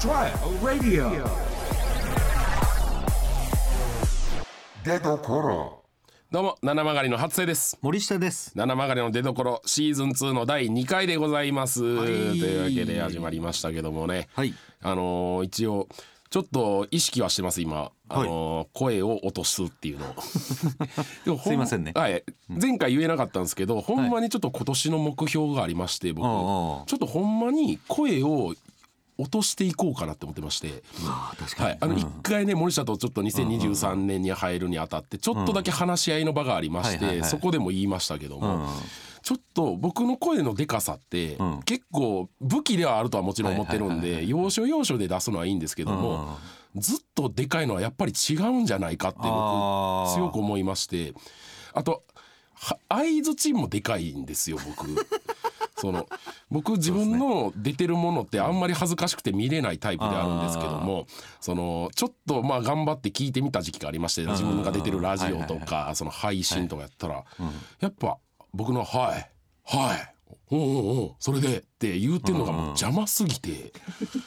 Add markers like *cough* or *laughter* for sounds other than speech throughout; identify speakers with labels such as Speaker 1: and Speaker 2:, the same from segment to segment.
Speaker 1: trial radio 出所
Speaker 2: どうも七曲りの初瀬です
Speaker 3: 森下です
Speaker 2: 七曲りの出所シーズン2の第2回でございます、
Speaker 3: い
Speaker 2: というわけで始まりましたけどもね、
Speaker 3: はい
Speaker 2: あのー一応ちょっと意識はしてます今、あのー声を落とすっていう
Speaker 3: *laughs*
Speaker 2: のをでもほ
Speaker 3: すいませんね
Speaker 2: はい、前回言えなかったんですけど、ほんまにちょっと今年の目標がありまして僕、
Speaker 3: ああああ
Speaker 2: ちょっとほんまに声を落としていこうかなって思ってまして、
Speaker 3: ああ確かに、
Speaker 2: はい、あの一回ね森下とちょっと2023年に入るにあたってちょっとだけ話し合いの場がありまし
Speaker 3: はいはい
Speaker 2: て
Speaker 3: はい
Speaker 2: そこでも言いましたけ
Speaker 3: う
Speaker 2: ど
Speaker 3: ん
Speaker 2: もちょっと僕の声のでかさって
Speaker 3: ん
Speaker 2: 結構武器ではあるとはもちろん思ってるん
Speaker 3: はいはいはいは
Speaker 2: で要所要所で出すのはいいんですけどもずっとでかいのはやっぱり違うんじゃないかって
Speaker 3: あー
Speaker 2: 僕強く思いましてあとは相づちもでかいんですよ僕。その僕自分の出てるものってあんまり恥ずかしくて見れないタイプであるんですけどもそのちょっとまあ頑張って聞いてみた時期がありまして自分が出てるラジオとかその配信とかやったらやっぱ僕の「はいはい」おうおうおうそれでって言うてんのがもう邪魔すぎて、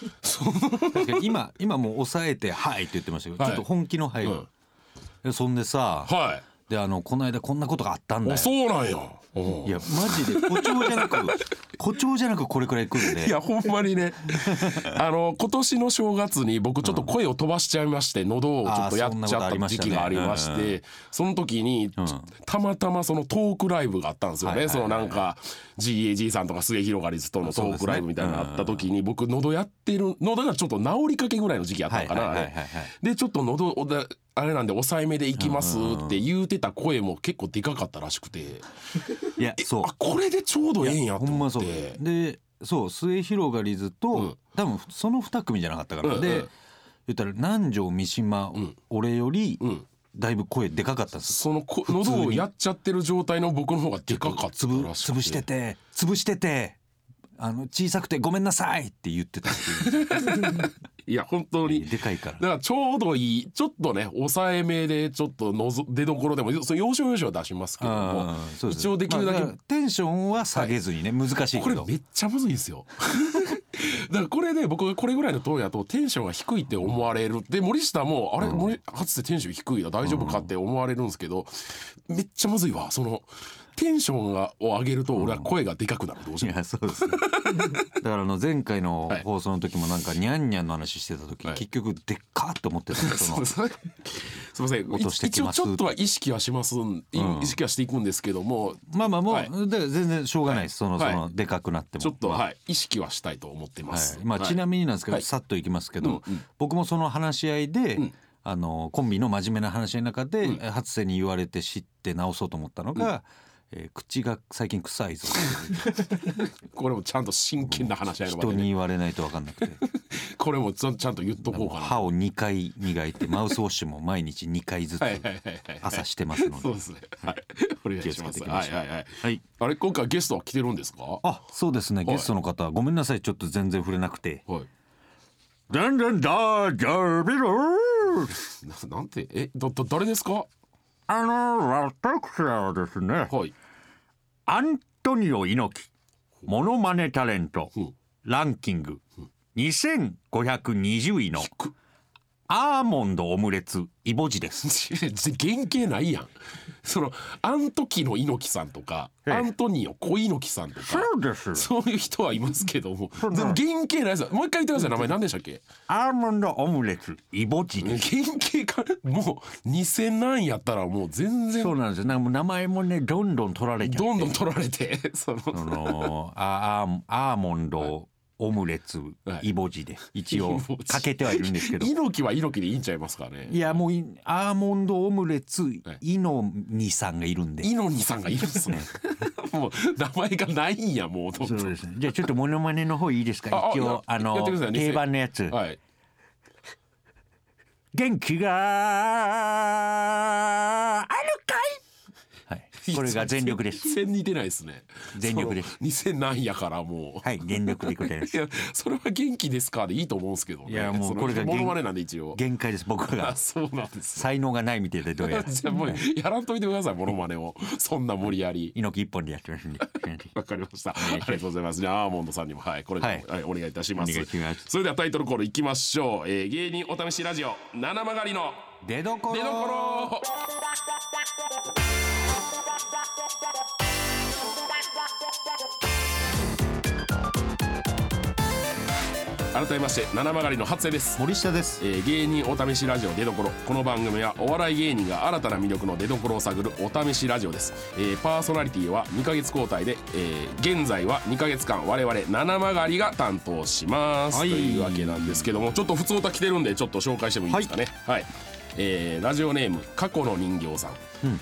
Speaker 3: 確かに今今もう抑えて「はい」って言ってましたけど、
Speaker 2: はい
Speaker 3: ちょっと本気の「はい」を、でそんでさ、
Speaker 2: は
Speaker 3: であのこの間こんなことがあったん
Speaker 2: い、
Speaker 3: だ
Speaker 2: あ
Speaker 3: よ
Speaker 2: そうなんや。うん
Speaker 3: いやマジで誇張じゃなく誇張じゃなくこれくらい来るんで
Speaker 2: いやほんま
Speaker 3: *laughs*
Speaker 2: にねあの今年の正月に僕ちょっと声を飛ばしちゃいまして喉をちょっとやっちゃった時期がありまし
Speaker 3: あーそんなことありましたねうん
Speaker 2: てその時に
Speaker 3: ん
Speaker 2: たまたまそのトークライブがあったんですよ
Speaker 3: はい
Speaker 2: ね
Speaker 3: はい
Speaker 2: そ
Speaker 3: はい
Speaker 2: のなんか GAG さんとか末広がりずとのトークライブみたいなのあった時に僕喉やってる喉がちょっと治りかけぐらいの時期やったのかなあ
Speaker 3: はいはいはい
Speaker 2: れ
Speaker 3: はいはい
Speaker 2: でちょっと喉おだあれなんで抑えめでいきますって言うてた声も結構でかかったらしくて
Speaker 3: いやそう
Speaker 2: あこれでちょうどええんやと
Speaker 3: ほん
Speaker 2: 思っ
Speaker 3: まそう
Speaker 2: て。
Speaker 3: でそう末広がりずと、
Speaker 2: うん
Speaker 3: 多分その2組じゃなかったから、
Speaker 2: うんう
Speaker 3: で
Speaker 2: ん
Speaker 3: 言ったら南條三島、
Speaker 2: ん
Speaker 3: 俺より、
Speaker 2: うん
Speaker 3: だいぶ声でかかったんです
Speaker 2: そのこ喉をやっちゃってる状態の僕の方がでかかった
Speaker 3: つぶ
Speaker 2: らしく
Speaker 3: 潰してて潰しててあの小さくてごめんなさいって言ってたって
Speaker 2: いや本当
Speaker 3: いう
Speaker 2: に
Speaker 3: でかいから
Speaker 2: だからちょうどいいちょっとね抑えめでちょっとのぞ出どころでもよその要所要所は出しますけども
Speaker 3: あーそうす
Speaker 2: 一応できるだけ
Speaker 3: まあからテンションは下げずにね、難しい
Speaker 2: こ
Speaker 3: け
Speaker 2: れ
Speaker 3: ど
Speaker 2: めっちゃむずいんで
Speaker 3: *laughs*
Speaker 2: すよだからこれで僕がこれぐらいのトーンやとテンションが低いって思われるで森下もあれ森初瀬テンション低いな大丈夫かって思われるんですけどめっちゃむずいわそのテンションがを上げると俺は声がでかくなるどうし
Speaker 3: い
Speaker 2: よう
Speaker 3: やそうですねだからあの前回の
Speaker 2: はい
Speaker 3: 放送の時もなんかニャンニャンの話してた時、
Speaker 2: はい
Speaker 3: 結局でっかーって思って
Speaker 2: *laughs*
Speaker 3: たその
Speaker 2: すいません
Speaker 3: 落として
Speaker 2: 一
Speaker 3: き
Speaker 2: 応
Speaker 3: ます
Speaker 2: ちょっとは意識はしますん、い
Speaker 3: うん
Speaker 2: 意識はしていくんですけども
Speaker 3: まあまあもう、
Speaker 2: はい
Speaker 3: だから全然しょうがないです、その
Speaker 2: はい
Speaker 3: そのでかくなっても
Speaker 2: ちょっと、
Speaker 3: まあ
Speaker 2: はい、意識はしたいと思って
Speaker 3: は
Speaker 2: ます、
Speaker 3: いまあ、ちな
Speaker 2: み
Speaker 3: みになんですけど、
Speaker 2: はい
Speaker 3: さっといきますけど、
Speaker 2: うんうん
Speaker 3: 僕もその話し合いで、
Speaker 2: ん
Speaker 3: あのコンビの真面目な話し合いの中で、
Speaker 2: うん
Speaker 3: 初瀬に言われて知って直そうと思ったのが、えー口が最近臭いぞ
Speaker 2: これもちゃんと真剣な話し合いの場
Speaker 3: 人
Speaker 2: で
Speaker 3: に
Speaker 2: ね、
Speaker 3: 言われないと分かんな
Speaker 2: *laughs*
Speaker 3: くて
Speaker 2: これもちゃんちゃんと言っとこうか
Speaker 3: 歯を2回磨いてマウスウォッシュも毎日2回ずつ
Speaker 2: なはいはいはいはい
Speaker 3: 朝してますので、
Speaker 2: そうですねはいお願いしま
Speaker 3: 気
Speaker 2: す
Speaker 3: をつけていき
Speaker 2: は
Speaker 3: ま
Speaker 2: い
Speaker 3: しょう
Speaker 2: はいはい
Speaker 3: はい
Speaker 2: あれ今回ゲストは来てるんですか
Speaker 3: あそうですね
Speaker 2: はい
Speaker 3: ゲストの方ごめんなさいちょっと全然触れなくて
Speaker 2: はい
Speaker 3: 「だんだんだじゃびろ
Speaker 2: ななんてえだだ誰ですか
Speaker 3: あの私はですね
Speaker 2: はい
Speaker 3: アントニオ猪木モノマネタレント
Speaker 2: うん *laughs*
Speaker 3: ランキング2520位の
Speaker 2: く
Speaker 3: アーモンドオムレツイボジです。
Speaker 2: 原型ないやんそのあん時の猪木さんとか
Speaker 3: ええ
Speaker 2: アントニオ小猪木さんとか
Speaker 3: うです。
Speaker 2: そういう人はいますけども、で
Speaker 3: う
Speaker 2: も
Speaker 3: な
Speaker 2: 原
Speaker 3: の
Speaker 2: 型ないですよ。もう一回言ってください。名前何でしたっけ？
Speaker 3: アーモンドオムレツイボジ
Speaker 2: 原
Speaker 3: です。
Speaker 2: 型からもう2000なんやったらもう全然
Speaker 3: そうなんですよ。なんかもう名前もねどんどん取られちゃって。
Speaker 2: どんどん取られて、 *laughs* その
Speaker 3: そのあアーアーモンドオムレツイボジで一応かけてはいるんですけど。
Speaker 2: 猪木は猪木でいいんちゃいますかね
Speaker 3: い。やもういアーモンドオムレツ
Speaker 2: はい
Speaker 3: イノニさんがいるんで。
Speaker 2: 猪木さんがいるんですね。もう名前がないんやもうどん
Speaker 3: そ
Speaker 2: どん。
Speaker 3: うですね。じゃあちょっとモノマネの方いいです
Speaker 2: あ
Speaker 3: か
Speaker 2: あ
Speaker 3: 一
Speaker 2: や
Speaker 3: 応あ
Speaker 2: やってくださ
Speaker 3: の
Speaker 2: いね
Speaker 3: 定番のやつ。
Speaker 2: はい。
Speaker 3: 元気があるかい。はい。 *laughs* これが全力です。
Speaker 2: 全然似てないですね
Speaker 3: 全力です
Speaker 2: その2000なんやからもう
Speaker 3: はい、全力でいくこと *laughs* です
Speaker 2: い。やそれは元気ですかでいいと思うんですけどね
Speaker 3: いやもう
Speaker 2: その
Speaker 3: これが元
Speaker 2: モノマネなんで一応
Speaker 3: 限界です、僕
Speaker 2: あ
Speaker 3: が。
Speaker 2: *laughs* そうなんです
Speaker 3: 才能がないみたいでど *laughs* うやら。
Speaker 2: じゃあもうやらんといてくださいモノマネをそんな無理やり
Speaker 3: 猪木一本でやってますんで。
Speaker 2: わかりました。ありがとうございます。じゃあ、アーモンドさんにも、はい、これでも、
Speaker 3: はい
Speaker 2: はいお願いいたします。
Speaker 3: お願いします
Speaker 2: それではタイトルコールいきましょう。えー、芸人お試しラジオ、七曲りの
Speaker 3: *laughs* 出どこ
Speaker 2: 出所改めまして、七曲りの初江です。
Speaker 4: 森下です。
Speaker 2: えー芸人お試しラジオ出どころこの番組はお笑い芸人が新たな魅力の出どころを探るお試しラジオです、えーパーソナリティは2ヶ月交代で、えー現在は2ヶ月間我々七曲りが担当します、
Speaker 4: はい
Speaker 2: というわけなんですけどもちょっと普通歌来てるんでちょっと紹介してもいいですかねはい、えーラジオネーム過去の人形さん、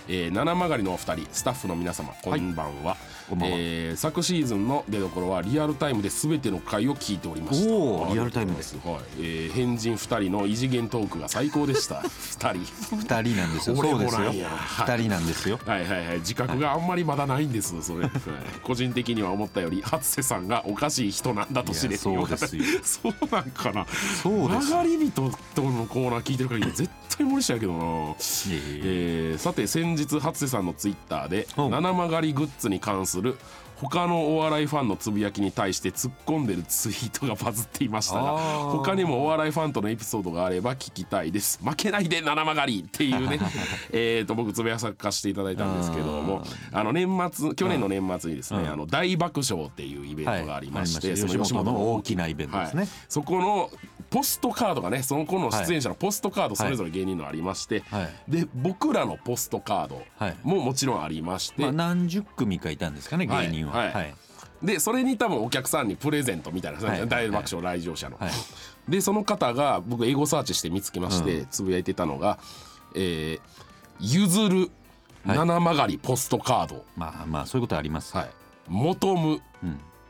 Speaker 2: えー七曲りのお二人スタッフの皆様こんばんは,、
Speaker 3: こんばんは
Speaker 2: えー昨シーズンの出どころはリアルタイムで全ての回を聞いておりました
Speaker 3: おーリアルタイムです
Speaker 2: はい、えー変人二人の異次元トークが最高
Speaker 3: *laughs*
Speaker 2: でした。二人。
Speaker 3: 二人なんですよ。
Speaker 2: 俺
Speaker 3: そ
Speaker 2: も
Speaker 3: うです
Speaker 2: な
Speaker 3: よ。
Speaker 2: んや
Speaker 3: 二人なんですよ。
Speaker 2: はいはいはい、自覚があんまりまだないんです。それ、はい個人的には思ったより、初瀬さんがおかしい人なんだと知れてよかった。
Speaker 3: いやそうです
Speaker 2: そうなんかな。
Speaker 3: そうです
Speaker 2: 曲がり人とのコーナー聞いてる限り、絶対森下やけどな。
Speaker 3: いえいえ
Speaker 2: えーさて先日初瀬さんのツイッターで
Speaker 3: うん
Speaker 2: 七曲りグッズに関する他のお笑いファンのつぶやきに対して突っ込んでるツイートがバズっていましたが
Speaker 3: あー
Speaker 2: 他にもお笑いファンとのエピソードがあれば聞きたいです負けないで七曲りってい
Speaker 3: *laughs*
Speaker 2: うねえーと僕つぶやかしていただいたんですけどもあの年末去年の年末にですね、あの大爆笑っていうイベントがありまして、
Speaker 3: はい
Speaker 2: そ
Speaker 3: 吉本の大きなイベント
Speaker 2: は
Speaker 3: で
Speaker 2: い
Speaker 3: すね。
Speaker 2: そこのポストカードがねその子の出演者のポストカードそれぞれ芸人のありまして、
Speaker 3: はい
Speaker 2: で僕らのポストカード
Speaker 3: はい
Speaker 2: ももちろんありまして、
Speaker 3: まあ何十組かいたんですかね、芸人は。
Speaker 2: はいはい
Speaker 3: はい。
Speaker 2: でそれに多分お客さんにプレゼントみたいな、
Speaker 3: はい
Speaker 2: 大爆笑来場者の。
Speaker 3: はい
Speaker 2: でその方が僕英語サーチして見つけまして、つぶやいてたのが「えー、ゆずる七曲りポストカード」
Speaker 3: まあまあそういうことあります。
Speaker 2: はい「求む」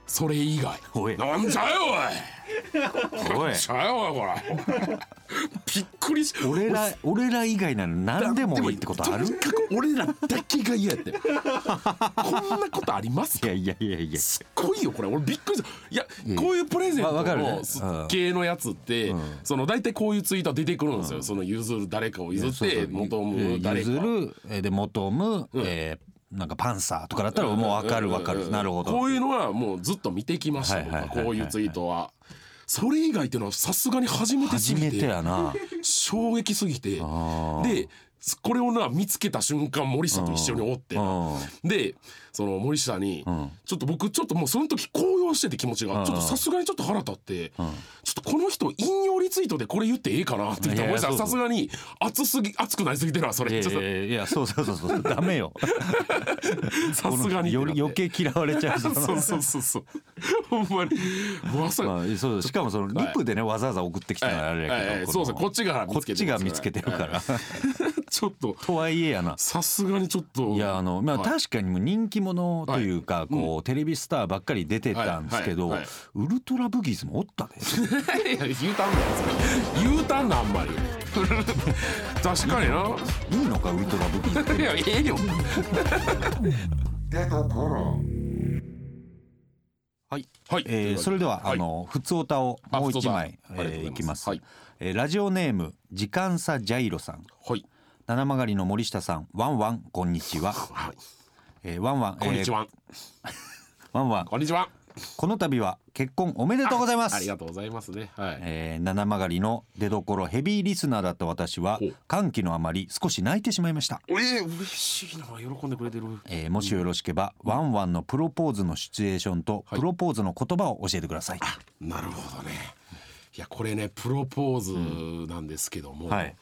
Speaker 2: それ以外」
Speaker 3: おい
Speaker 2: なんじゃ
Speaker 3: *laughs*
Speaker 2: よおい
Speaker 3: おい。
Speaker 2: ちゃうわこれびっくりし
Speaker 3: *laughs* 俺ら俺ら以外なら何でもいいってことあ *laughs* る
Speaker 2: とにかく俺らだけが嫌やってこんなことあります
Speaker 3: い
Speaker 2: か
Speaker 3: やいやいやいや。
Speaker 2: すっごいよこれ俺びっくりしたいやこういうプレゼント
Speaker 3: わわかるね
Speaker 2: のす系のやつって、その大体こういうツイートは出てくるんですよ、その譲る誰かを譲って求む誰か
Speaker 3: 譲るえーで求む、えーなんかパンサーとかだったらもう分かる分かるなるほど
Speaker 2: こういうのはもうずっと見てきました
Speaker 3: はい
Speaker 2: 僕
Speaker 3: はいはい
Speaker 2: は
Speaker 3: はい
Speaker 2: こういうツイートはそれ以外っていうのはさすがに初めてす
Speaker 3: 初
Speaker 2: ぎ
Speaker 3: めてやな
Speaker 2: 衝撃すぎて
Speaker 3: あ
Speaker 2: でこれをな見つけた瞬間森下と一緒におって
Speaker 3: うん
Speaker 2: でその森下に、
Speaker 3: ん
Speaker 2: ちょっと僕ちょっともうその時高揚してて気持ちが、
Speaker 3: うん
Speaker 2: ちょっとさすがにちょっと腹立って、ちょっとこの人引用リツイートでこれ言ってええかなって言ったら
Speaker 3: いやいや
Speaker 2: 森下
Speaker 3: そう
Speaker 2: さ
Speaker 3: そ
Speaker 2: す
Speaker 3: う
Speaker 2: がに熱すぎ熱くなりすぎてるわそ
Speaker 3: いや
Speaker 2: れ
Speaker 3: い
Speaker 2: *laughs* ちょっ
Speaker 3: やいやそうそうそうそうダメよ
Speaker 2: と *laughs* さすがに
Speaker 3: より余計嫌われちゃうそ
Speaker 2: *laughs* そう
Speaker 3: の
Speaker 2: そうそうそうほんまにまさ
Speaker 3: ま
Speaker 2: か
Speaker 3: あ、そうしかもそのリプでね、わざわざ送ってきたのはあれやけど、
Speaker 2: はいはい
Speaker 3: の
Speaker 2: そうそうこっちが
Speaker 3: こっちが見つけてるから、
Speaker 2: ちょっと
Speaker 3: とはいえやな
Speaker 2: さすがにちょっと
Speaker 3: いやあのまあ
Speaker 2: はい
Speaker 3: 確かにもう人気者というか、こう、テレビスターばっかり出てたんですけど、
Speaker 2: はいはい
Speaker 3: ウルトラブギーズもおったで、
Speaker 2: いや U ターンだよそれ U ターンなあんまり確かにな
Speaker 3: *laughs* い
Speaker 2: い
Speaker 3: のかウルトラブギーズって
Speaker 2: いやええよ
Speaker 1: dead or gone.
Speaker 3: はい、
Speaker 2: はい
Speaker 3: えーそれでは、あの普通歌をもう一枚
Speaker 2: あ
Speaker 3: え
Speaker 2: 普通歌ありがとうございま
Speaker 3: ー
Speaker 2: す
Speaker 3: いきます、
Speaker 2: はい
Speaker 3: えーラジオネーム時間差ジャイロさん
Speaker 2: はい
Speaker 3: 七曲りの森下さんワンワンこんにちは、
Speaker 2: はい
Speaker 3: えー、ワンワン
Speaker 2: こんにち、は。
Speaker 3: えーワンワン
Speaker 2: こんにちは。
Speaker 3: この度は結婚おめでとうございます
Speaker 2: ありがとうございますね。はい。
Speaker 3: えー七曲りの出所ヘビーリスナーだった私は
Speaker 2: お
Speaker 3: 歓喜のあまり少し泣いてしまいました、
Speaker 2: えー、嬉しいな。喜んでくれてる。
Speaker 3: えーもしよろしければ、ワンワンのプロポーズのシチュエーションとプロポーズの言葉を教えてください、
Speaker 2: なるほどね。いやこれねプロポーズなんですけども、
Speaker 3: はい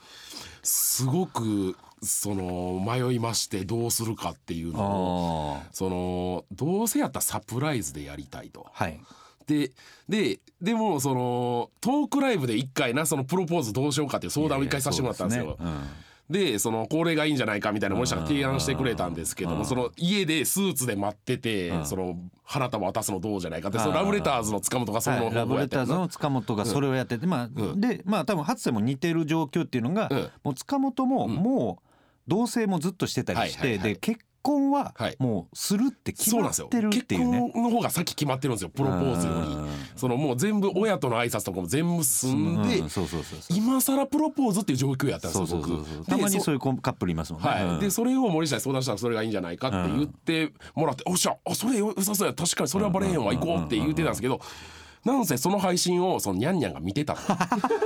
Speaker 2: すごくその迷いましてどうするかっていうのを
Speaker 3: あ
Speaker 2: そのどうせやったらサプライズでやりたいと。
Speaker 3: ーはい
Speaker 2: でででもそのトークライブで一回なそのプロポーズどうしようかっていう相談を一回させてもらったんですよ。
Speaker 3: そうねうん
Speaker 2: でそのこれがいいんじゃないかみたいな森下が提案してくれたんですけどもその家でスーツで待っててその花束渡すのどうじゃないかってそのラブレターズの掴むとかその
Speaker 3: は
Speaker 2: 方
Speaker 3: い、ラ
Speaker 2: 法
Speaker 3: ブ
Speaker 2: や
Speaker 3: レ
Speaker 2: っ
Speaker 3: タ
Speaker 2: た
Speaker 3: ー
Speaker 2: やつ
Speaker 3: ズ
Speaker 2: な
Speaker 3: の塚本がそれをやってて、まあ、でまあ多分初瀬も似てる状況っていうのが、
Speaker 2: うん
Speaker 3: もう塚本ももう同棲もずっとしてたりして、
Speaker 2: はいはいはい
Speaker 3: で結婚は
Speaker 2: はい
Speaker 3: もうするって決
Speaker 2: そうな
Speaker 3: ま
Speaker 2: んですよ
Speaker 3: ってるっ
Speaker 2: 結
Speaker 3: ていうね、
Speaker 2: 婚の方が先決まってるんですよプロポーズよ
Speaker 3: うん
Speaker 2: りそのもう全部親との挨拶とかも全部済んで、
Speaker 3: うんそうそうそうそう
Speaker 2: 今更プロポーズっていう状況やったんです
Speaker 3: そ
Speaker 2: よ
Speaker 3: うそうそう
Speaker 2: 僕
Speaker 3: そう
Speaker 2: で
Speaker 3: たまに
Speaker 2: そ
Speaker 3: そういうコンカップルいますもんね、
Speaker 2: はい
Speaker 3: うん
Speaker 2: でそれを森下に相談したらそれがいいんじゃないかって言ってもらって「おっしゃあそれよさそうや確かにそれはバレへんわ行こう」って言ってたんですけどなんせその配信をそのニャンニャンが見てたの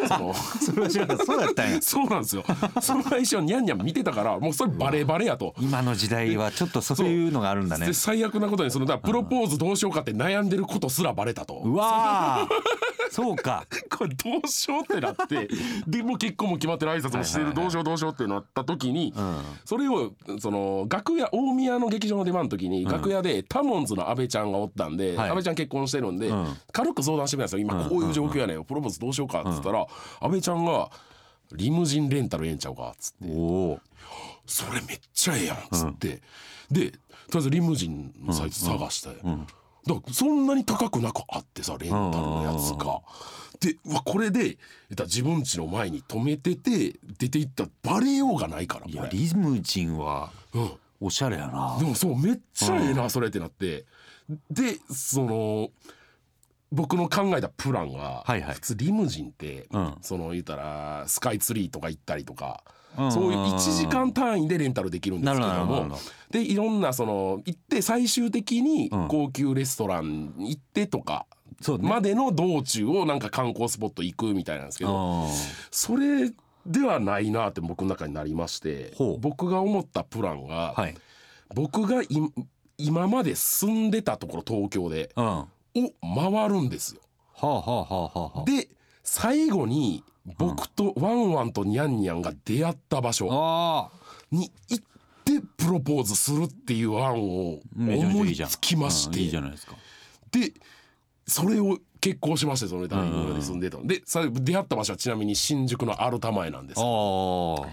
Speaker 2: その
Speaker 3: それは知らなかったそうだったんや
Speaker 2: そうなんですよその配信をニャンニャン見てたからもうそれバレバレやと。
Speaker 3: 今の時代はちょっとそういうのがあるんだね
Speaker 2: で最悪なことにそのだからプロポーズどうしようかって悩んでることすらバレたと
Speaker 3: うわーそうか
Speaker 2: *laughs* これどうしようってなってでもう結婚も決まってる挨拶もしてるどうしようどうしようってなった時にそれをその楽屋大宮の劇場の出番の時に楽屋でタモンズの阿部ちゃんがおったんで
Speaker 3: はい
Speaker 2: 阿部ちゃん結婚してるんで
Speaker 3: ん
Speaker 2: 軽く相談してみたんですよ今こういう状況やねんプロポーズどうしようかっつったら阿部ちゃんが「リムジンレンタルええんちゃうか」っつって
Speaker 3: おお
Speaker 2: それめっちゃええやんっつって、でとりあえずリムジンのサイズ探して、だからそんなに高くなくあってさレンタルのやつが。でうわこれで言ったら自分家の前に止めてて出ていったらバレようがないから
Speaker 3: い
Speaker 2: こ
Speaker 3: や
Speaker 2: れ、
Speaker 3: リムジンは
Speaker 2: うん、
Speaker 3: おしゃれやな
Speaker 2: でもそうめっちゃええなそれってなってでその僕の考えたプランが、
Speaker 3: はいはい
Speaker 2: 普通リムジンって、
Speaker 3: うん
Speaker 2: その言ったらスカイツリーとか行ったりとか、
Speaker 3: ん
Speaker 2: そういう1時間単位でレンタルできるんですけど
Speaker 3: なるほどなるほ
Speaker 2: も
Speaker 3: ど
Speaker 2: でいろんなその行って最終的に
Speaker 3: ん
Speaker 2: 高級レストランに行ってとか。
Speaker 3: そうね
Speaker 2: までの道中をなんか観光スポット行くみたいなんですけどそれではないなって僕の中になりまして
Speaker 3: ほう
Speaker 2: 僕が思ったプランが、
Speaker 3: はい、
Speaker 2: 僕がい今まで住んでたところ東京で
Speaker 3: うん、は
Speaker 2: を回るんですよ。
Speaker 3: あ、はあはあはあはあ、
Speaker 2: で最後に僕とワンワンとニャンニャンが出会った場所
Speaker 3: ああ
Speaker 2: に行ってプロポーズするっていう案を
Speaker 3: めちゃめちゃ
Speaker 2: 思
Speaker 3: いい
Speaker 2: い
Speaker 3: じゃん
Speaker 2: つきまし
Speaker 3: うんいいじ
Speaker 2: て
Speaker 3: ゃないですか
Speaker 2: でそれを結婚しましてそのタイミングで住んでたのでさ出会った場所はちなみに新宿のアルタ前なんです
Speaker 3: ああ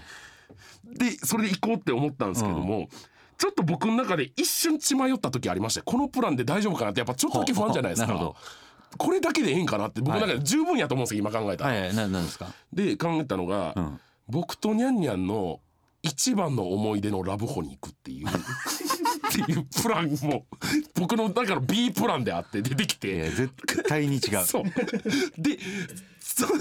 Speaker 2: でそれで行こうって思ったんですけども、ちょっと僕の中で一瞬血迷った時ありましてこのプランで大丈夫かなってやっぱちょっとだけ不安じゃないです
Speaker 3: なるほ
Speaker 2: か。これだけでええんかなって僕の中で十分やと思うんですよ今考えた
Speaker 3: ど
Speaker 2: ら。
Speaker 3: はいはいななんですか
Speaker 2: で考えたのが、
Speaker 3: うん
Speaker 2: 僕とニャンニャンの一番の思い出のラブホに行くっていうっていうプランも僕の中の B プランであって出てき
Speaker 3: いや
Speaker 2: て。
Speaker 3: 絶対に違う
Speaker 2: *laughs* そうでそで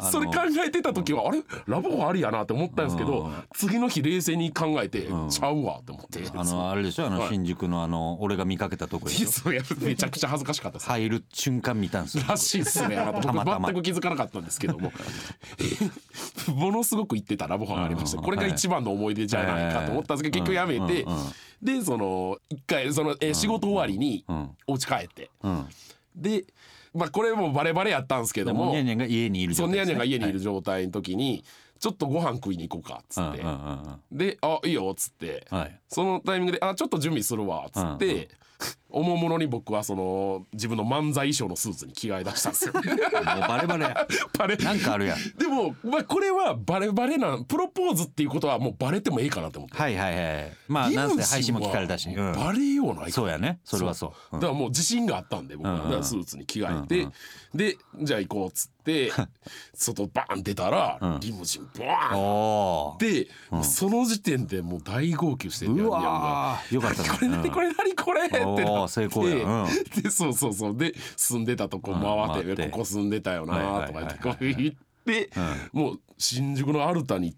Speaker 3: あの
Speaker 2: それ考えてた時はあれラブホありやなって思ったんですけ
Speaker 3: う
Speaker 2: ど
Speaker 3: ん
Speaker 2: 次の日冷静に考えて
Speaker 3: うん
Speaker 2: ちゃうわって思って
Speaker 3: あのあれでしょあの
Speaker 2: はい
Speaker 3: 新宿のあの俺が見かけたとこでしょ
Speaker 2: *laughs* そういやめちゃくちゃ恥ずかしかったです
Speaker 3: 入る瞬間見たんですよ
Speaker 2: らしいっすねあの
Speaker 3: たまたま
Speaker 2: 僕全く気づかなかったんですけども *laughs* ものすごく行ってたラブホがありまして
Speaker 3: うん
Speaker 2: これが一番の思い出じゃないかと思ったんですけど結局やめて
Speaker 3: うんうん
Speaker 2: でその一回そのえー仕事終わりに
Speaker 3: うん
Speaker 2: お家帰って
Speaker 3: うん
Speaker 2: でまあこれもバレバレやったんですけ
Speaker 3: で
Speaker 2: ど
Speaker 3: も
Speaker 2: も
Speaker 3: ニャンニャンが家にいる
Speaker 2: そ
Speaker 3: 状
Speaker 2: う
Speaker 3: 態で
Speaker 2: ニャ
Speaker 3: すね
Speaker 2: ニャが家にいる状態の時にちょっとご飯食いに行こうかっつ
Speaker 3: は
Speaker 2: っ
Speaker 3: い
Speaker 2: て
Speaker 3: うんうんうん
Speaker 2: で「あいいよ」っつって
Speaker 3: うんはい
Speaker 2: そのタイミングで「あちょっと準備するわ」っつっ
Speaker 3: うんう
Speaker 2: て。 *laughs* おもむろに僕はその自分の漫才衣装のスーツに着替え出したんですよ。
Speaker 3: もうバレバレ
Speaker 2: *laughs*
Speaker 3: や
Speaker 2: バレ
Speaker 3: なんかあるやん
Speaker 2: でも、まあ、これはバレバレなプロポーズっていうことはもうバレてもいいかなと思って。
Speaker 3: はいはいはいまあ
Speaker 2: リム
Speaker 3: な
Speaker 2: ジン
Speaker 3: ん
Speaker 2: は
Speaker 3: せ配信も聞かれたし、うん
Speaker 2: バレようない
Speaker 3: そう
Speaker 2: や
Speaker 3: やねそれはそううん
Speaker 2: だからもう自信があったんで僕は
Speaker 3: うんうん
Speaker 2: だからスーツに着替えて、でじゃあ行こうっつって
Speaker 3: *laughs*
Speaker 2: 外バーン出たら、
Speaker 3: ん
Speaker 2: リムジンバーン
Speaker 3: おー
Speaker 2: で、その時点でもう大号泣してて
Speaker 3: う
Speaker 2: ニャンニャンが
Speaker 3: わーよかった
Speaker 2: *laughs* これ何こ
Speaker 3: れ
Speaker 2: れ何これって
Speaker 3: おー
Speaker 2: なって
Speaker 3: 成功やう
Speaker 2: *laughs* でそうそうそうで住んでたとこ回って,、
Speaker 3: うん回って
Speaker 2: ここ住んでたよなとか言ってこ
Speaker 3: は
Speaker 2: う言って、もう新宿のアルタに着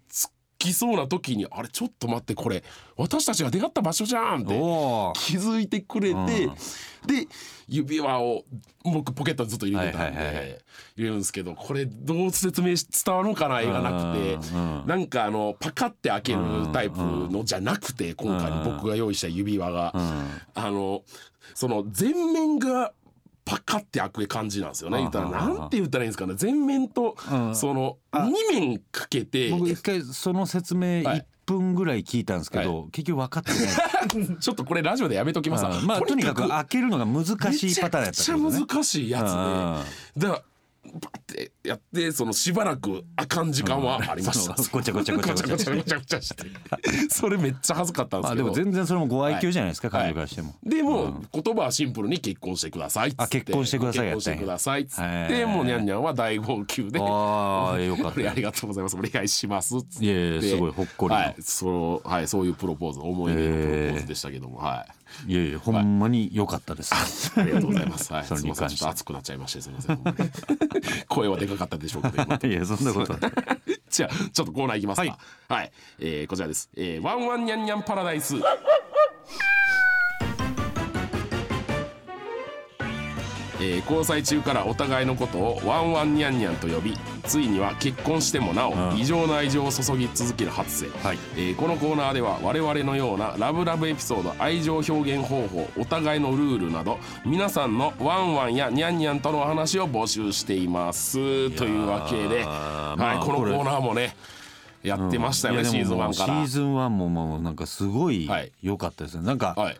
Speaker 2: きそうな時にあれちょっと待ってこれ私たちが出会った場所じゃんって
Speaker 3: おー
Speaker 2: 気づいてくれて、
Speaker 3: うん
Speaker 2: で指輪を僕ポケットにずっと入れてたんで、
Speaker 3: はいはいはい
Speaker 2: 入れるんですけどこれどう説明し伝わるのかな絵がなくて、
Speaker 3: うんうん
Speaker 2: なんかあのパカって開けるタイプのじゃなくて、今回の僕が用意した指輪が、あのその前面がパカって開く感じなんですよね言ったら
Speaker 3: うん
Speaker 2: なんて言ったらいいんですかね前面と
Speaker 3: うん
Speaker 2: その2面かけて
Speaker 3: 僕一回その説明
Speaker 2: はい
Speaker 3: 1分ぐらい聞いたんですけど、結局分かってない
Speaker 2: *laughs* ちょっとこれラジオでやめとき *laughs* ます
Speaker 3: うんまあとにかく開けるのが難
Speaker 2: め
Speaker 3: しい
Speaker 2: ち
Speaker 3: パ
Speaker 2: ゃ
Speaker 3: ターンや
Speaker 2: く
Speaker 3: ったっ
Speaker 2: ち
Speaker 3: て
Speaker 2: ゃ
Speaker 3: ことね
Speaker 2: 難しいやつで、だからバッてやってそのしばらくあかん時間はありました、
Speaker 3: そうごちゃごちゃごちゃごちゃ
Speaker 2: ごちゃごちゃごちゃして *laughs* それめっちゃ恥ずかったんです
Speaker 3: あ
Speaker 2: け
Speaker 3: で
Speaker 2: ど
Speaker 3: も全然それもご愛嬌じゃないですか、
Speaker 2: は
Speaker 3: 彼女
Speaker 2: い
Speaker 3: からしても、
Speaker 2: でも、言葉はシンプルに結婚してくださいっつって
Speaker 3: あ結婚してくださいやっ
Speaker 2: 結婚した
Speaker 3: ん
Speaker 2: て
Speaker 3: や
Speaker 2: くださいっつっ
Speaker 3: へ
Speaker 2: て
Speaker 3: ー
Speaker 2: もうにゃんにゃんは大号泣で
Speaker 3: ああよかっ
Speaker 2: これあ
Speaker 3: た
Speaker 2: りがとうございますお願いしますっつって
Speaker 3: いやいやすごいほっこりな
Speaker 2: はいそのはい、そういうプロポーズ思い出のプロポーズでしたけども、はい
Speaker 3: いやいやほんまに良かったです、
Speaker 2: *laughs* ありがとうございます、はい、す
Speaker 3: それ
Speaker 2: み
Speaker 3: に
Speaker 2: ません
Speaker 3: 関し
Speaker 2: ちょってと熱くなっちゃいましてすみま
Speaker 3: *laughs*
Speaker 2: せんほんまに声はでかかったでしょうけど今
Speaker 3: い、やそんなこと
Speaker 2: *laughs*
Speaker 3: はない
Speaker 2: じゃあちょっとコーナーいきますか
Speaker 3: は
Speaker 2: はい、えーこちらです、えーワンワンニャンニャンパラダイスえー交際中からお互いのことをワンワンニャンニャンと呼びついには結婚してもなお
Speaker 3: うん
Speaker 2: 異常な愛情を注ぎ続ける初瀬、
Speaker 3: はい
Speaker 2: えーこのコーナーでは我々のようなラブラブエピソード愛情表現方法お互いのルールなど皆さんのワンワンやニャンニャンとのお話を募集していますというわけで、
Speaker 3: まあ
Speaker 2: はい、このコ
Speaker 3: これ
Speaker 2: ーナーもねやってましたよね、
Speaker 3: いや
Speaker 2: シ
Speaker 3: で
Speaker 2: ーズン
Speaker 3: ももう
Speaker 2: 1か
Speaker 3: シ
Speaker 2: ら
Speaker 3: ー。ズン1ももうなんかすごい
Speaker 2: はい
Speaker 3: 良かったですね、なんか、
Speaker 2: はい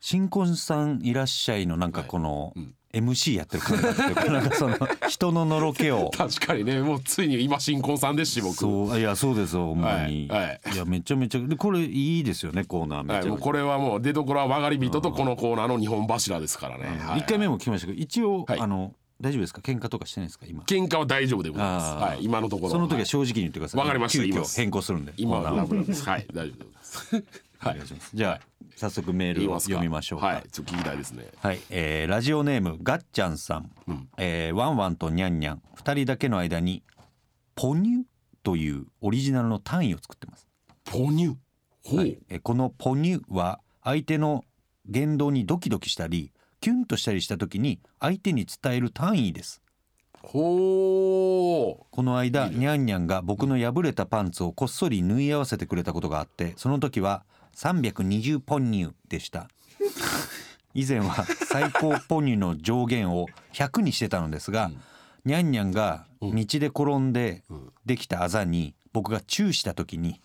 Speaker 3: 新婚さんいらっしゃいのなんかこの、MC やってる感じというかなんかそ
Speaker 2: *laughs*
Speaker 3: の人ののろけを
Speaker 2: 確かにねもうついに今新婚さんですし僕
Speaker 3: そういやそうですよほんまに、、
Speaker 2: はいはい
Speaker 3: やめちゃめちゃでこれいいですよねコーナーめちゃ
Speaker 2: は
Speaker 3: め
Speaker 2: い、
Speaker 3: ちゃ、
Speaker 2: もうこれはもう出所は曲がり人とこのコーナーの日本柱ですからね、はい
Speaker 3: 一回目も聞きましたけど一応、
Speaker 2: はい
Speaker 3: あの大丈夫ですか喧嘩とかしてないですか今
Speaker 2: 喧嘩は大丈夫でございます、
Speaker 3: あー
Speaker 2: はい、今のところ
Speaker 3: その時は
Speaker 2: はい
Speaker 3: 正直に言ってください
Speaker 2: わかりました
Speaker 3: 急
Speaker 2: 今
Speaker 3: 遽変更するんで
Speaker 2: 今は
Speaker 3: コーナ
Speaker 2: ラ
Speaker 3: ー
Speaker 2: ブラブですはい大丈夫でござい
Speaker 3: *laughs*
Speaker 2: ます
Speaker 3: お願いしますじゃあ早速メー
Speaker 2: 言い
Speaker 3: ルを
Speaker 2: ますか
Speaker 3: 読みましょうか
Speaker 2: はいちょっと聞きたいですね
Speaker 3: はい、えーラジオネームガッちゃんさん、えーワンワンとニャンニャン二人だけの間にポニュというオリジナルの単位を作ってます、
Speaker 2: ポニュほう、
Speaker 3: はいえーこのポニュは相手の言動にドキドキしたりキュンとしたりした時に相手に伝える単位です
Speaker 2: ほ
Speaker 3: この間ニャンニャンが僕の破れたパンツをこっそり縫い合わせてくれたことがあってその時は320ポンニュでした *laughs* 以前は最高ポニュの上限を100にしてたのですが、ニャンニャンが道で転んでできたあざに僕がチューした時に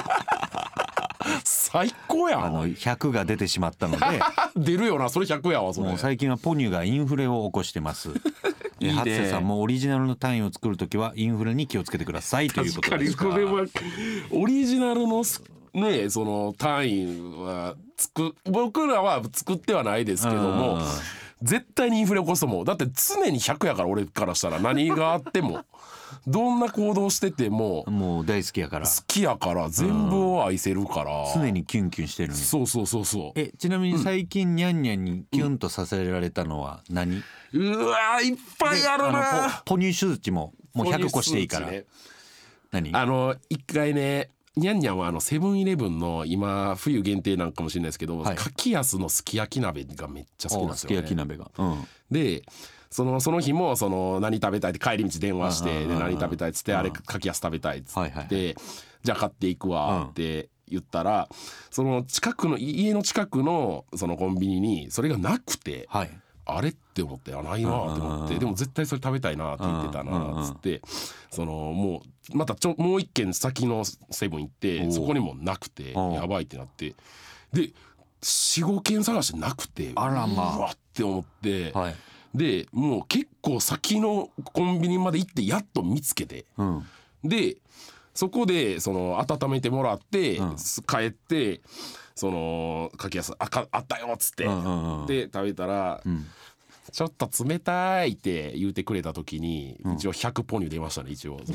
Speaker 2: う最高や
Speaker 3: あの
Speaker 2: ん
Speaker 3: 100が出てしまったの
Speaker 2: *laughs*
Speaker 3: で
Speaker 2: 出るよなそれ100やわそれ
Speaker 3: もう最近はポニュがインフレを起こしてます。
Speaker 2: *laughs* いいね
Speaker 3: ハッセさんもオリジナルの単位を作る時はインフレに気をつけてくださいというこ
Speaker 2: 確
Speaker 3: と
Speaker 2: か
Speaker 3: で
Speaker 2: に
Speaker 3: す
Speaker 2: これはオリジナルのすねその単位は作僕らは作ってはないですけども
Speaker 3: うん
Speaker 2: 絶対にインフレ起こすともうだって常に100やから俺からしたら何があっ
Speaker 3: *laughs*
Speaker 2: てもどんな行動してても好
Speaker 3: もう大好きやから
Speaker 2: きやから全部を愛せるから
Speaker 3: 常にキュンキュンしてるのに
Speaker 2: そうそうそうそう
Speaker 3: えちなみに最近ニャンニャンにキュンとさせられたのは何、
Speaker 2: うわーいっぱいある
Speaker 3: あの
Speaker 2: な
Speaker 3: ポポニュ手術ももう100個していいから、
Speaker 2: そうですね
Speaker 3: 何
Speaker 2: あの一回ねにゃんにゃんはあのセブンイレブンの今冬限定なんかもしれないですけど、
Speaker 3: はい
Speaker 2: 柿安のすき焼き鍋がめっちゃ好きなん
Speaker 3: お
Speaker 2: ですす
Speaker 3: き
Speaker 2: よ、
Speaker 3: 焼き
Speaker 2: ね。
Speaker 3: 鍋が、うん、
Speaker 2: でそのその日もその何食べたいって帰り道電話して
Speaker 3: う
Speaker 2: で
Speaker 3: んうんうん
Speaker 2: 何食べたいっつってあれ柿安食べたいっつって、
Speaker 3: はいはい
Speaker 2: じゃあ買っていくわって言ったら、その近くのい家の近くのそのコンビニにそれがなくて、
Speaker 3: はい
Speaker 2: あれって思ってあないなと思っ
Speaker 3: うん
Speaker 2: てでも絶対それ食べたいなって言ってたなっつってそのもうまたちょもう一軒先のセブン行っ
Speaker 3: お
Speaker 2: て
Speaker 3: う
Speaker 2: そこにもなくて
Speaker 3: おう
Speaker 2: やばいってなってで45軒探してなくて
Speaker 3: あらまあ
Speaker 2: うわって思って
Speaker 3: はい
Speaker 2: でもう結構先のコンビニまで行ってやっと見つけて
Speaker 3: うん
Speaker 2: でそこでその温めてもらって、
Speaker 3: うん
Speaker 2: す帰ってそのかきやすあかあったよっつって、
Speaker 3: うんうんうん
Speaker 2: で食べたら、
Speaker 3: ん
Speaker 2: ちょっと冷たいって言うてくれた時に、一応100ポニュ出ましたね一応
Speaker 3: *laughs*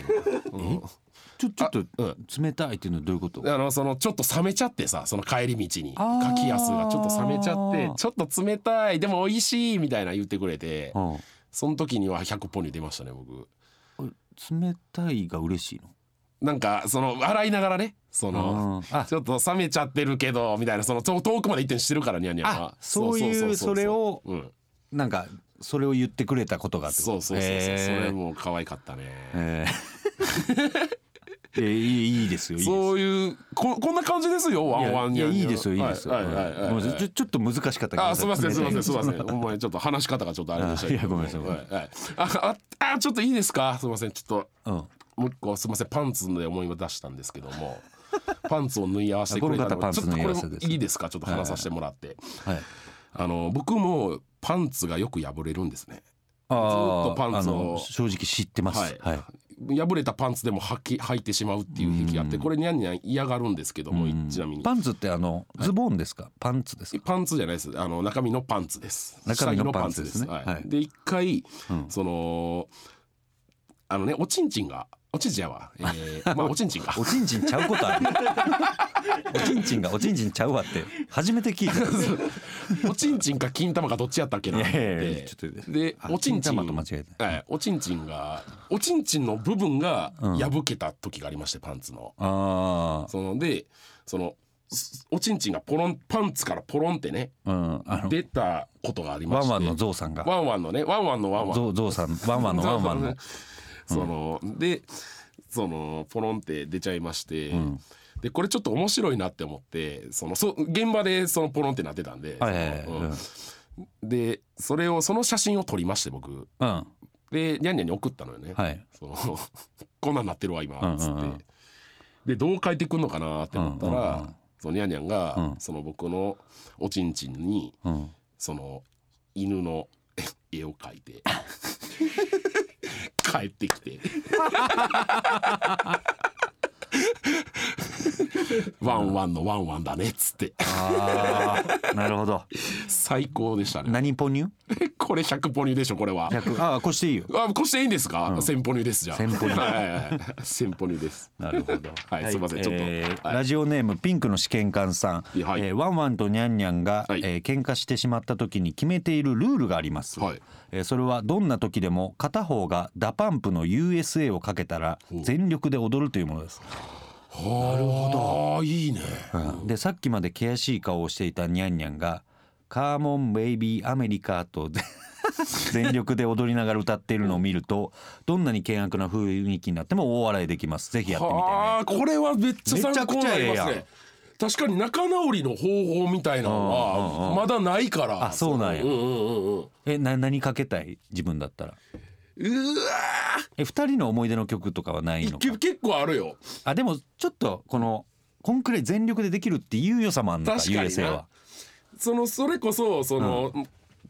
Speaker 2: その
Speaker 3: ちょちょっ
Speaker 2: う
Speaker 3: と冷たいっていうのはどういうこと
Speaker 2: うんあのそのちょっと冷めちゃってさその帰り道に
Speaker 3: あー
Speaker 2: かきやすがちょっと冷めちゃってちょっと冷たいでも美味しいみたいな言ってくれて、
Speaker 3: う
Speaker 2: その時には100ポニュ出ましたね僕。
Speaker 3: ん、冷たいが嬉しいの
Speaker 2: なんかその笑いながらねその
Speaker 3: あーあ
Speaker 2: ちょっと冷めちゃってるけどみたいなその遠遠くまで一点してるからニャンニャンは
Speaker 3: あそういうそれを
Speaker 2: うん
Speaker 3: なんかそれを言ってくれたことがあって
Speaker 2: そうそうそうそうそ
Speaker 3: へー
Speaker 2: れも可愛かったね
Speaker 3: えー *laughs* えいいいいですよいいですよ
Speaker 2: そういうここんな感じですよワ
Speaker 3: いや
Speaker 2: ンワ
Speaker 3: い
Speaker 2: ンニ
Speaker 3: や
Speaker 2: ャンニャン
Speaker 3: いいですよいいですよ、
Speaker 2: はいはいはいはい
Speaker 3: ごめんなさいちょちょっと難しかったけど
Speaker 2: あすみませんすみませんすみません
Speaker 3: ん
Speaker 2: お前ちょっと話し方がちょっとあれでしたけ
Speaker 3: あ
Speaker 2: ど
Speaker 3: いやごめんなさい
Speaker 2: はいはいあああちょっといいですかすみませんちょっと
Speaker 3: うん
Speaker 2: もう一個すみませんパンツで思い出したんですけどもパンツを縫い合わせてくれた
Speaker 3: あこの方パン
Speaker 2: ちょ
Speaker 3: ツ
Speaker 2: っと
Speaker 3: 縫い合わ
Speaker 2: こ
Speaker 3: せです
Speaker 2: れいいですかちょっと話させてもらって、
Speaker 3: はい
Speaker 2: あの僕もパンツがよく破れるんですね。
Speaker 3: ずっ
Speaker 2: ずっとパンツを
Speaker 3: 正直知ってます。はい。
Speaker 2: 破れたパンツでも履き履いてしまうっていう癖あってこれにゃんにゃん嫌がるんですけどもちなみに
Speaker 3: パンツってあのズボンですか、パンツですか。
Speaker 2: パンツじゃないですあの中身のパンツです
Speaker 3: 中身のパンツですね
Speaker 2: 下着のパンツ
Speaker 3: はい
Speaker 2: で一回、
Speaker 3: うん
Speaker 2: そのあのねおちんちんがおちんちんやわ、え
Speaker 3: *laughs*
Speaker 2: ー、まあおちんちんが
Speaker 3: おちんちんちゃうことあ *laughs* る。おちんちんがおちんちんちゃうわって初めて聞い *laughs* た。
Speaker 2: おちんちんか金玉かどっちやったっけなって
Speaker 3: いやいやいやちょっと
Speaker 2: で
Speaker 3: あ
Speaker 2: おちんちん
Speaker 3: 金玉と間違えた
Speaker 2: はいおちんちんがおちんちんの部分が
Speaker 3: うん
Speaker 2: 破けた時がありまして、パンツの
Speaker 3: あ
Speaker 2: そのでそのすおちんちんがポロンパンツからポロンってね
Speaker 3: あ、うん、あの
Speaker 2: 出たことがありま
Speaker 3: ワ
Speaker 2: し
Speaker 3: ン
Speaker 2: て
Speaker 3: ワンのゾウさんが、
Speaker 2: ワンワンのねワンワンのワンワン
Speaker 3: ゾウゾウさん、ワンワンのワンワンの、
Speaker 2: そのでそのポロンって出ちゃいまして、
Speaker 3: ん
Speaker 2: でこれちょっと面白いなって思ってそのそ現場でそのポロンってなってたんで、
Speaker 3: はいはいはい、
Speaker 2: そうの
Speaker 3: ん、う
Speaker 2: うんでそれをその写真を撮りまして僕
Speaker 3: ん、
Speaker 2: でニャンニャンに送ったのよね、
Speaker 3: はい、
Speaker 2: その *laughs* こんなんなってるわ今
Speaker 3: うんうんうん
Speaker 2: つって、でどう書いてくんのかなって思った
Speaker 3: うん
Speaker 2: ら、
Speaker 3: うんうん
Speaker 2: そのニャンニャンが、
Speaker 3: うん
Speaker 2: その僕のおちんちんに
Speaker 3: うん、
Speaker 2: その犬の絵を描いて *laughs* 帰ってきて *laughs* ワンワンのワンワンだねっつって
Speaker 3: ああ、なるほど。
Speaker 2: 最高でしたね
Speaker 3: 何ポニュ？
Speaker 2: これ100ポニュでしょこれは
Speaker 3: 百、ああ、こうしていいよ。
Speaker 2: あこしていいんですか、1000ポニュですじゃあ
Speaker 3: 1000ポニュ
Speaker 2: はいはいはい1000ポニュです
Speaker 3: なるほど。
Speaker 2: はいすいま *laughs* せんちょっと
Speaker 3: えー
Speaker 2: はい
Speaker 3: ラジオネームピンクの試験官さん、
Speaker 2: いやはい
Speaker 3: えーワンワンとニャンニャンが、
Speaker 2: はい
Speaker 3: えー喧嘩してしまった時に決めているルールがあります、
Speaker 2: はい
Speaker 3: えーそれはどんな時でも片方がダパンプの USA をかけたら全力で踊るというものです、
Speaker 2: なるほどいいね
Speaker 3: でさっきまで険しい顔をしていたニャンニャンが「カーモンベイビーアメリカ」
Speaker 2: *laughs*
Speaker 3: とぜ全力で踊りながら歌っているのを見るとどんなに険悪な雰囲気になっても大笑いできますぜひやってみてね
Speaker 2: はあこれはめっちゃ参考になり
Speaker 3: めちゃくちゃ
Speaker 2: ます
Speaker 3: ええやん
Speaker 2: ね確かに仲直りの方法みたいなの
Speaker 3: うんうんうん
Speaker 2: はまだないから
Speaker 3: あそうなんや
Speaker 2: うんうんうんうん
Speaker 3: えな何かけたい自分だったら
Speaker 2: うわ
Speaker 3: え二人の思い出の曲とかはないの
Speaker 2: ー
Speaker 3: か
Speaker 2: け結構あるよ
Speaker 3: あでもちょっとこのこんくらい全力でできるっていう良さもあんのか
Speaker 2: 確かにな
Speaker 3: USA は
Speaker 2: そのそれこそその、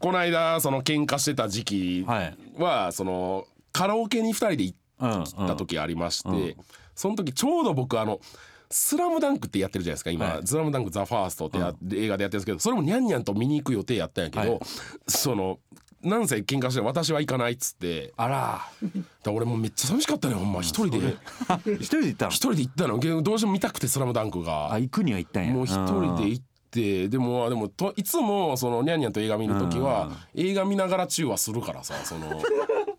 Speaker 2: この間その喧嘩してた時期
Speaker 3: はい
Speaker 2: は、そのカラオケに2人で行
Speaker 3: うんうん
Speaker 2: った時ありまして、その時ちょうど僕あの「スラムダンクってやってるじゃないですか今「
Speaker 3: は
Speaker 2: スラムダンクザファーストってや、映画でやってるんですけどそれもニャンニャンと見に行く予定やったんやけど、
Speaker 3: はい
Speaker 2: そのなんせ喧嘩して私は行かないっつって
Speaker 3: あら
Speaker 2: だ俺もうめっちゃ寂しかったねほんま一人で
Speaker 3: 一人で行ったの
Speaker 2: 一人で行ったのけどどうしても見たくて「スラムダンクが
Speaker 3: あ行くには行ったんや
Speaker 2: もう一人で行ってでもでもといつもそのニャンニャンと映画見る時は映画見ながら中和するからさそ
Speaker 3: *laughs*
Speaker 2: の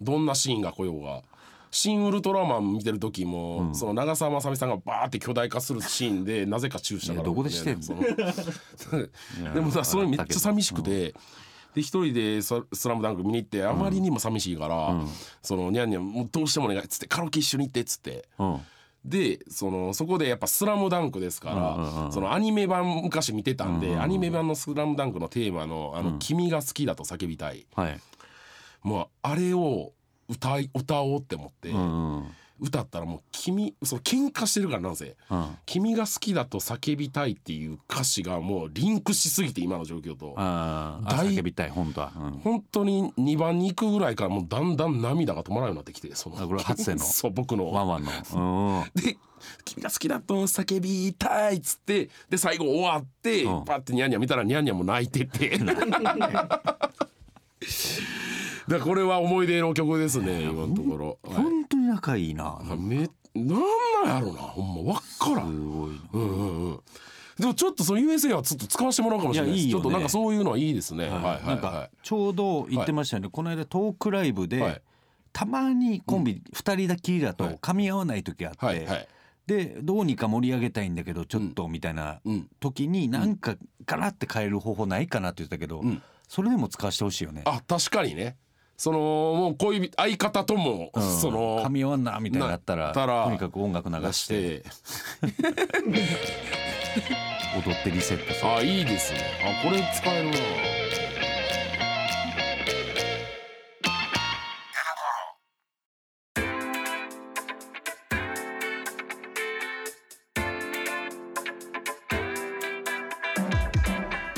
Speaker 2: どんなシーンが来ようが。シン・ウルトラマン見てる時も、その長澤まさみさんがバーって巨大化するシーンでなぜか注射から
Speaker 3: いやどこでしてんの
Speaker 2: そのでもさそれめっちゃ寂しくて、で一人でス「スラムダンク見に行ってあまりにも寂しいから、そのニャンニャンもうどうしてもお願いっつってカラオケ一緒に行ってっつって。
Speaker 3: うんうん
Speaker 2: でそのそこでやっぱ「スラムダンクですから、
Speaker 3: うんうんうん
Speaker 2: そのアニメ版昔見てたんで、アニメ版の「スラムダンクのテーマの「あの君が好きだと叫びたい
Speaker 3: はい」
Speaker 2: もうあれを歌い歌おうって思って、
Speaker 3: うんうん
Speaker 2: 歌ったらもう君その喧嘩してるからなんせ
Speaker 3: うん
Speaker 2: 「君が好きだと叫びたい」っていう歌詞がもうリンクしすぎて今の状況と。
Speaker 3: あーあ
Speaker 2: 大
Speaker 3: 叫びたい本当は、うん
Speaker 2: 本当に2番に行くぐらいからもうだんだん涙が止まらなくなってきてその
Speaker 3: あこれ初瀬の
Speaker 2: *laughs* そう僕の
Speaker 3: ワン
Speaker 2: *laughs*
Speaker 3: ワンの
Speaker 2: で「君が好きだと叫びたい」っつってで最後終わって、
Speaker 3: うん
Speaker 2: パッてニャンニャン見たらニャンニャンも泣いてて
Speaker 3: *laughs*
Speaker 2: だからこれは思い出の曲ですね今のところ、
Speaker 3: うん
Speaker 2: はい
Speaker 3: 本当に仲いいな
Speaker 2: めなんなんやろなほんまわっからん
Speaker 3: すごいな
Speaker 2: うんうんうんでもちょっとその USA はちょっと使わせてもらおうかもしれないです
Speaker 3: いやいい
Speaker 2: ち
Speaker 3: よ
Speaker 2: ょ
Speaker 3: ね
Speaker 2: っとなんかそういうのはいいですね、はい、はいは
Speaker 3: ないんかちょうど言ってましたよね、この間トークライブで、
Speaker 2: はい
Speaker 3: たまにコンビ2人だけだと
Speaker 2: はい
Speaker 3: 噛み合わない時あって、
Speaker 2: はいはい
Speaker 3: でどうにか盛り上げたいんだけどちょっとみたいな
Speaker 2: うん
Speaker 3: 時になんかガラって変える方法ないかなって言ったけど、
Speaker 2: ん
Speaker 3: それでも使わせてほしいよね。
Speaker 2: あ確かにねそのもう恋人相方とも、
Speaker 3: うん
Speaker 2: その
Speaker 3: 噛み合わんなみたいになったら
Speaker 2: なったら
Speaker 3: とにかく音楽流
Speaker 2: 出
Speaker 3: し
Speaker 2: して *laughs* て
Speaker 3: 踊ってリセットする。
Speaker 2: あいいですねあこれ使えるな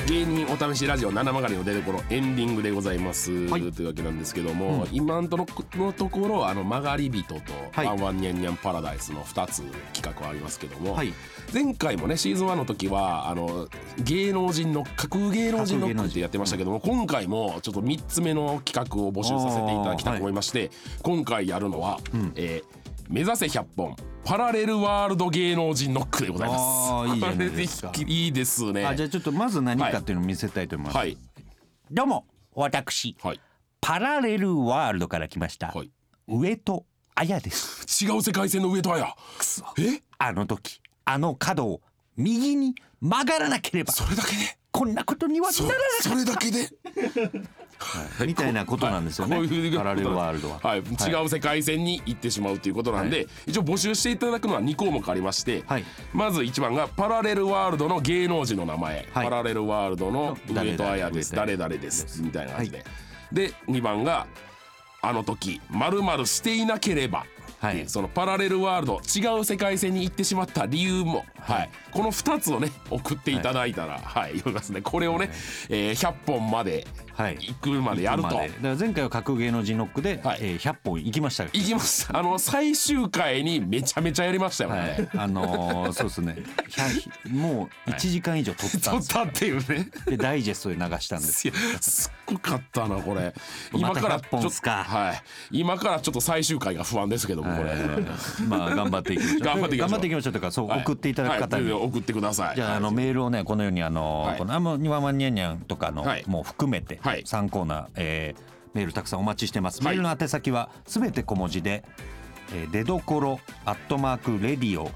Speaker 2: 芸人お試しラジオ七曲りの出所エンディングでございます、
Speaker 3: はい
Speaker 2: というわけなんですけども、今んとののところあの曲がり人と、
Speaker 3: はい
Speaker 2: ワンワンニャンニャンパラダイスの2つ企画はありますけども、
Speaker 3: はい
Speaker 2: 前回もねシーズン1の時はあの芸能人の架空芸能人の
Speaker 3: 架空芸能人
Speaker 2: ってやってましたけども今回もちょっと3つ目の企画を募集させていただきたいと思いまして、今回やるのは、えー目指せ100本パラレルワールド芸能人ノック」でございます。
Speaker 3: あーいいじゃないです
Speaker 2: *laughs*
Speaker 3: か
Speaker 2: パラレルいいですね。
Speaker 3: あじゃあちょっとまず何かっていうのを見せたいと思います、
Speaker 2: はい
Speaker 3: どうも私
Speaker 2: はい
Speaker 3: パラレルワールドから来ました、
Speaker 2: はい。
Speaker 3: 上戸彩です
Speaker 2: 違う世界線の上戸彩。え
Speaker 3: あの時あの角を右に曲がらなければ
Speaker 2: それだけで。
Speaker 3: こんなことには
Speaker 2: そ
Speaker 3: なら
Speaker 2: それだけで。
Speaker 3: みたいなことなんですよね、
Speaker 2: こういう
Speaker 3: パラレルワールドは、
Speaker 2: はい、違う世界線に行ってしまうということなんで、一応募集していただくのは2項目ありまして、
Speaker 3: はい
Speaker 2: まず1番がパラレルワールドの芸能人の名前、
Speaker 3: はい
Speaker 2: パラレルワールドの上戸彩です
Speaker 3: 誰々
Speaker 2: 誰々ですみたいな感じで、で2番があの時まるまるしていなければ
Speaker 3: はい
Speaker 2: ってうそのパラレルワールド違う世界線に行ってしまった理由も、はいこの2つをね送っていただいたら、はい読みますねこれをね、えー100本まで
Speaker 3: はい
Speaker 2: 行くまでやると、
Speaker 3: までだから前回は格芸能人ノックで、
Speaker 2: はい
Speaker 3: えー100本いきましたよ
Speaker 2: 行きましたあの最終回にめちゃめちゃやりましたよね、
Speaker 3: はい、あのー、そう *laughs* ですね100もう1時間以上撮ったんで
Speaker 2: 撮っ
Speaker 3: すよ
Speaker 2: たっていうね
Speaker 3: でダイジェストで流したんです
Speaker 2: いや *laughs* すっごかったなこれ
Speaker 3: また100
Speaker 2: ちょ
Speaker 3: 本っ
Speaker 2: っ
Speaker 3: す
Speaker 2: と、
Speaker 3: か
Speaker 2: はい、今からちょっと最終回が不安ですけどもこれ、
Speaker 3: まあ頑張っていきましょう
Speaker 2: 頑張っていきましょう
Speaker 3: ましょうとかそう、
Speaker 2: はい
Speaker 3: 送っていただく方
Speaker 2: はい
Speaker 3: に、
Speaker 2: 全然送ってください
Speaker 3: じゃああのメールをねこのようにあの、
Speaker 2: はい
Speaker 3: このあもうにわまにゃんにゃんとかの、
Speaker 2: はい
Speaker 3: もう含めて
Speaker 2: はい
Speaker 3: 参考な、えーメールたくさんお待ちしてます、
Speaker 2: はい
Speaker 3: メールの宛先はすべて小文字で、えー、出どころアットマークレディオ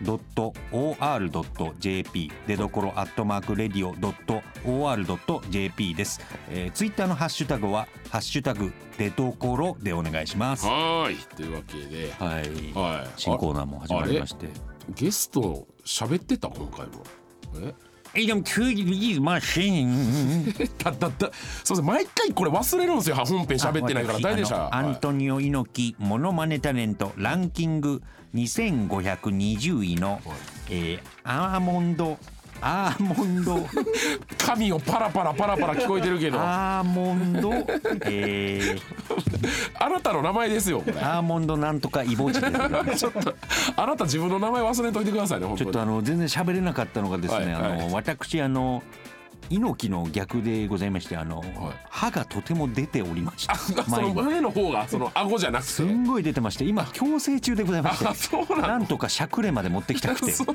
Speaker 3: ドット OR ドット JP 出どころアットマークレディオドット OR ドット JP です、えー、ツイッターのハッシュタグはハッシュタグ出どころでお願いしますは
Speaker 2: はーいというわけで、
Speaker 3: い、
Speaker 2: はい、
Speaker 3: 新コーナーも始まりまして
Speaker 2: あれゲスト喋ってた今回もえ *laughs*
Speaker 3: えでも急にマシーン
Speaker 2: だだだすいません毎回これ忘れるんですよ本編喋ってないから
Speaker 3: あ
Speaker 2: 大丈夫でした
Speaker 3: 私あのアントニオ猪木モノマネタレントランキング2520位の、えーアーモンドアーモンド
Speaker 2: 神をパラパラパラパラ聞こえてるけどあ
Speaker 3: アーモンド、えー
Speaker 2: なたの名前ですよこれ
Speaker 3: アーモンドなんとかイボジです
Speaker 2: *laughs* ちょっとあなた自分の名前忘れといてくださいね本
Speaker 3: ち
Speaker 2: 当
Speaker 3: ょっ
Speaker 2: に
Speaker 3: とあの全然喋れなかったのがですね、
Speaker 2: はいはい
Speaker 3: あの私あの猪木の逆でございましてあの、
Speaker 2: はい
Speaker 3: 歯がとても出ておりました
Speaker 2: あ *laughs* その
Speaker 3: 前に
Speaker 2: 前の方がその顎じゃなくて
Speaker 3: すんごい出てまして今矯正中でございま
Speaker 2: *laughs* あ
Speaker 3: し
Speaker 2: そう
Speaker 3: てな
Speaker 2: なの
Speaker 3: んとかしゃくれまで持ってきたくて
Speaker 2: *laughs* そう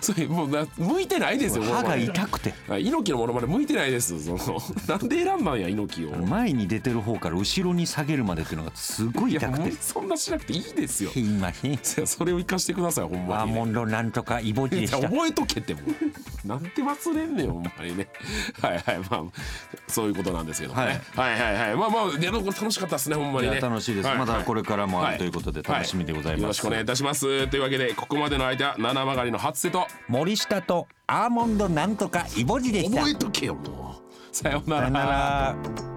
Speaker 2: それもうな向いてないですよ
Speaker 3: 歯が
Speaker 2: この
Speaker 3: 痛くて
Speaker 2: 前猪木のものまで向いてないですそのなんで選んだんや猪木を
Speaker 3: 前に出てる方から後ろに下げるまでっていうのがすごい
Speaker 2: いや
Speaker 3: 痛く
Speaker 2: も
Speaker 3: て
Speaker 2: うそんなしなくていいですよ
Speaker 3: すいません
Speaker 2: そそれを生かしてくださいほん
Speaker 3: アー
Speaker 2: まに、
Speaker 3: モ
Speaker 2: ね、
Speaker 3: ンドなんとかイボジで
Speaker 2: いや
Speaker 3: した
Speaker 2: 覚えとけってもうなんて忘れんねんほんまにねはいはいまあそういうことなんですけどもね、はい、はいはいまあまあ出所楽しかったですねほんま
Speaker 3: い
Speaker 2: に
Speaker 3: や
Speaker 2: ね
Speaker 3: 楽しいです
Speaker 2: は
Speaker 3: まだこれからもあ
Speaker 2: は
Speaker 3: るということで楽しみでござい
Speaker 2: はよろ
Speaker 3: ま
Speaker 2: し
Speaker 3: す
Speaker 2: くお願いいたしますというわけでここまでの相手は七曲りの初瀬と
Speaker 3: 森下とアーモンドなんとかイボジでした
Speaker 2: 覚えとけよもうさような
Speaker 3: さよな
Speaker 2: ら
Speaker 3: ら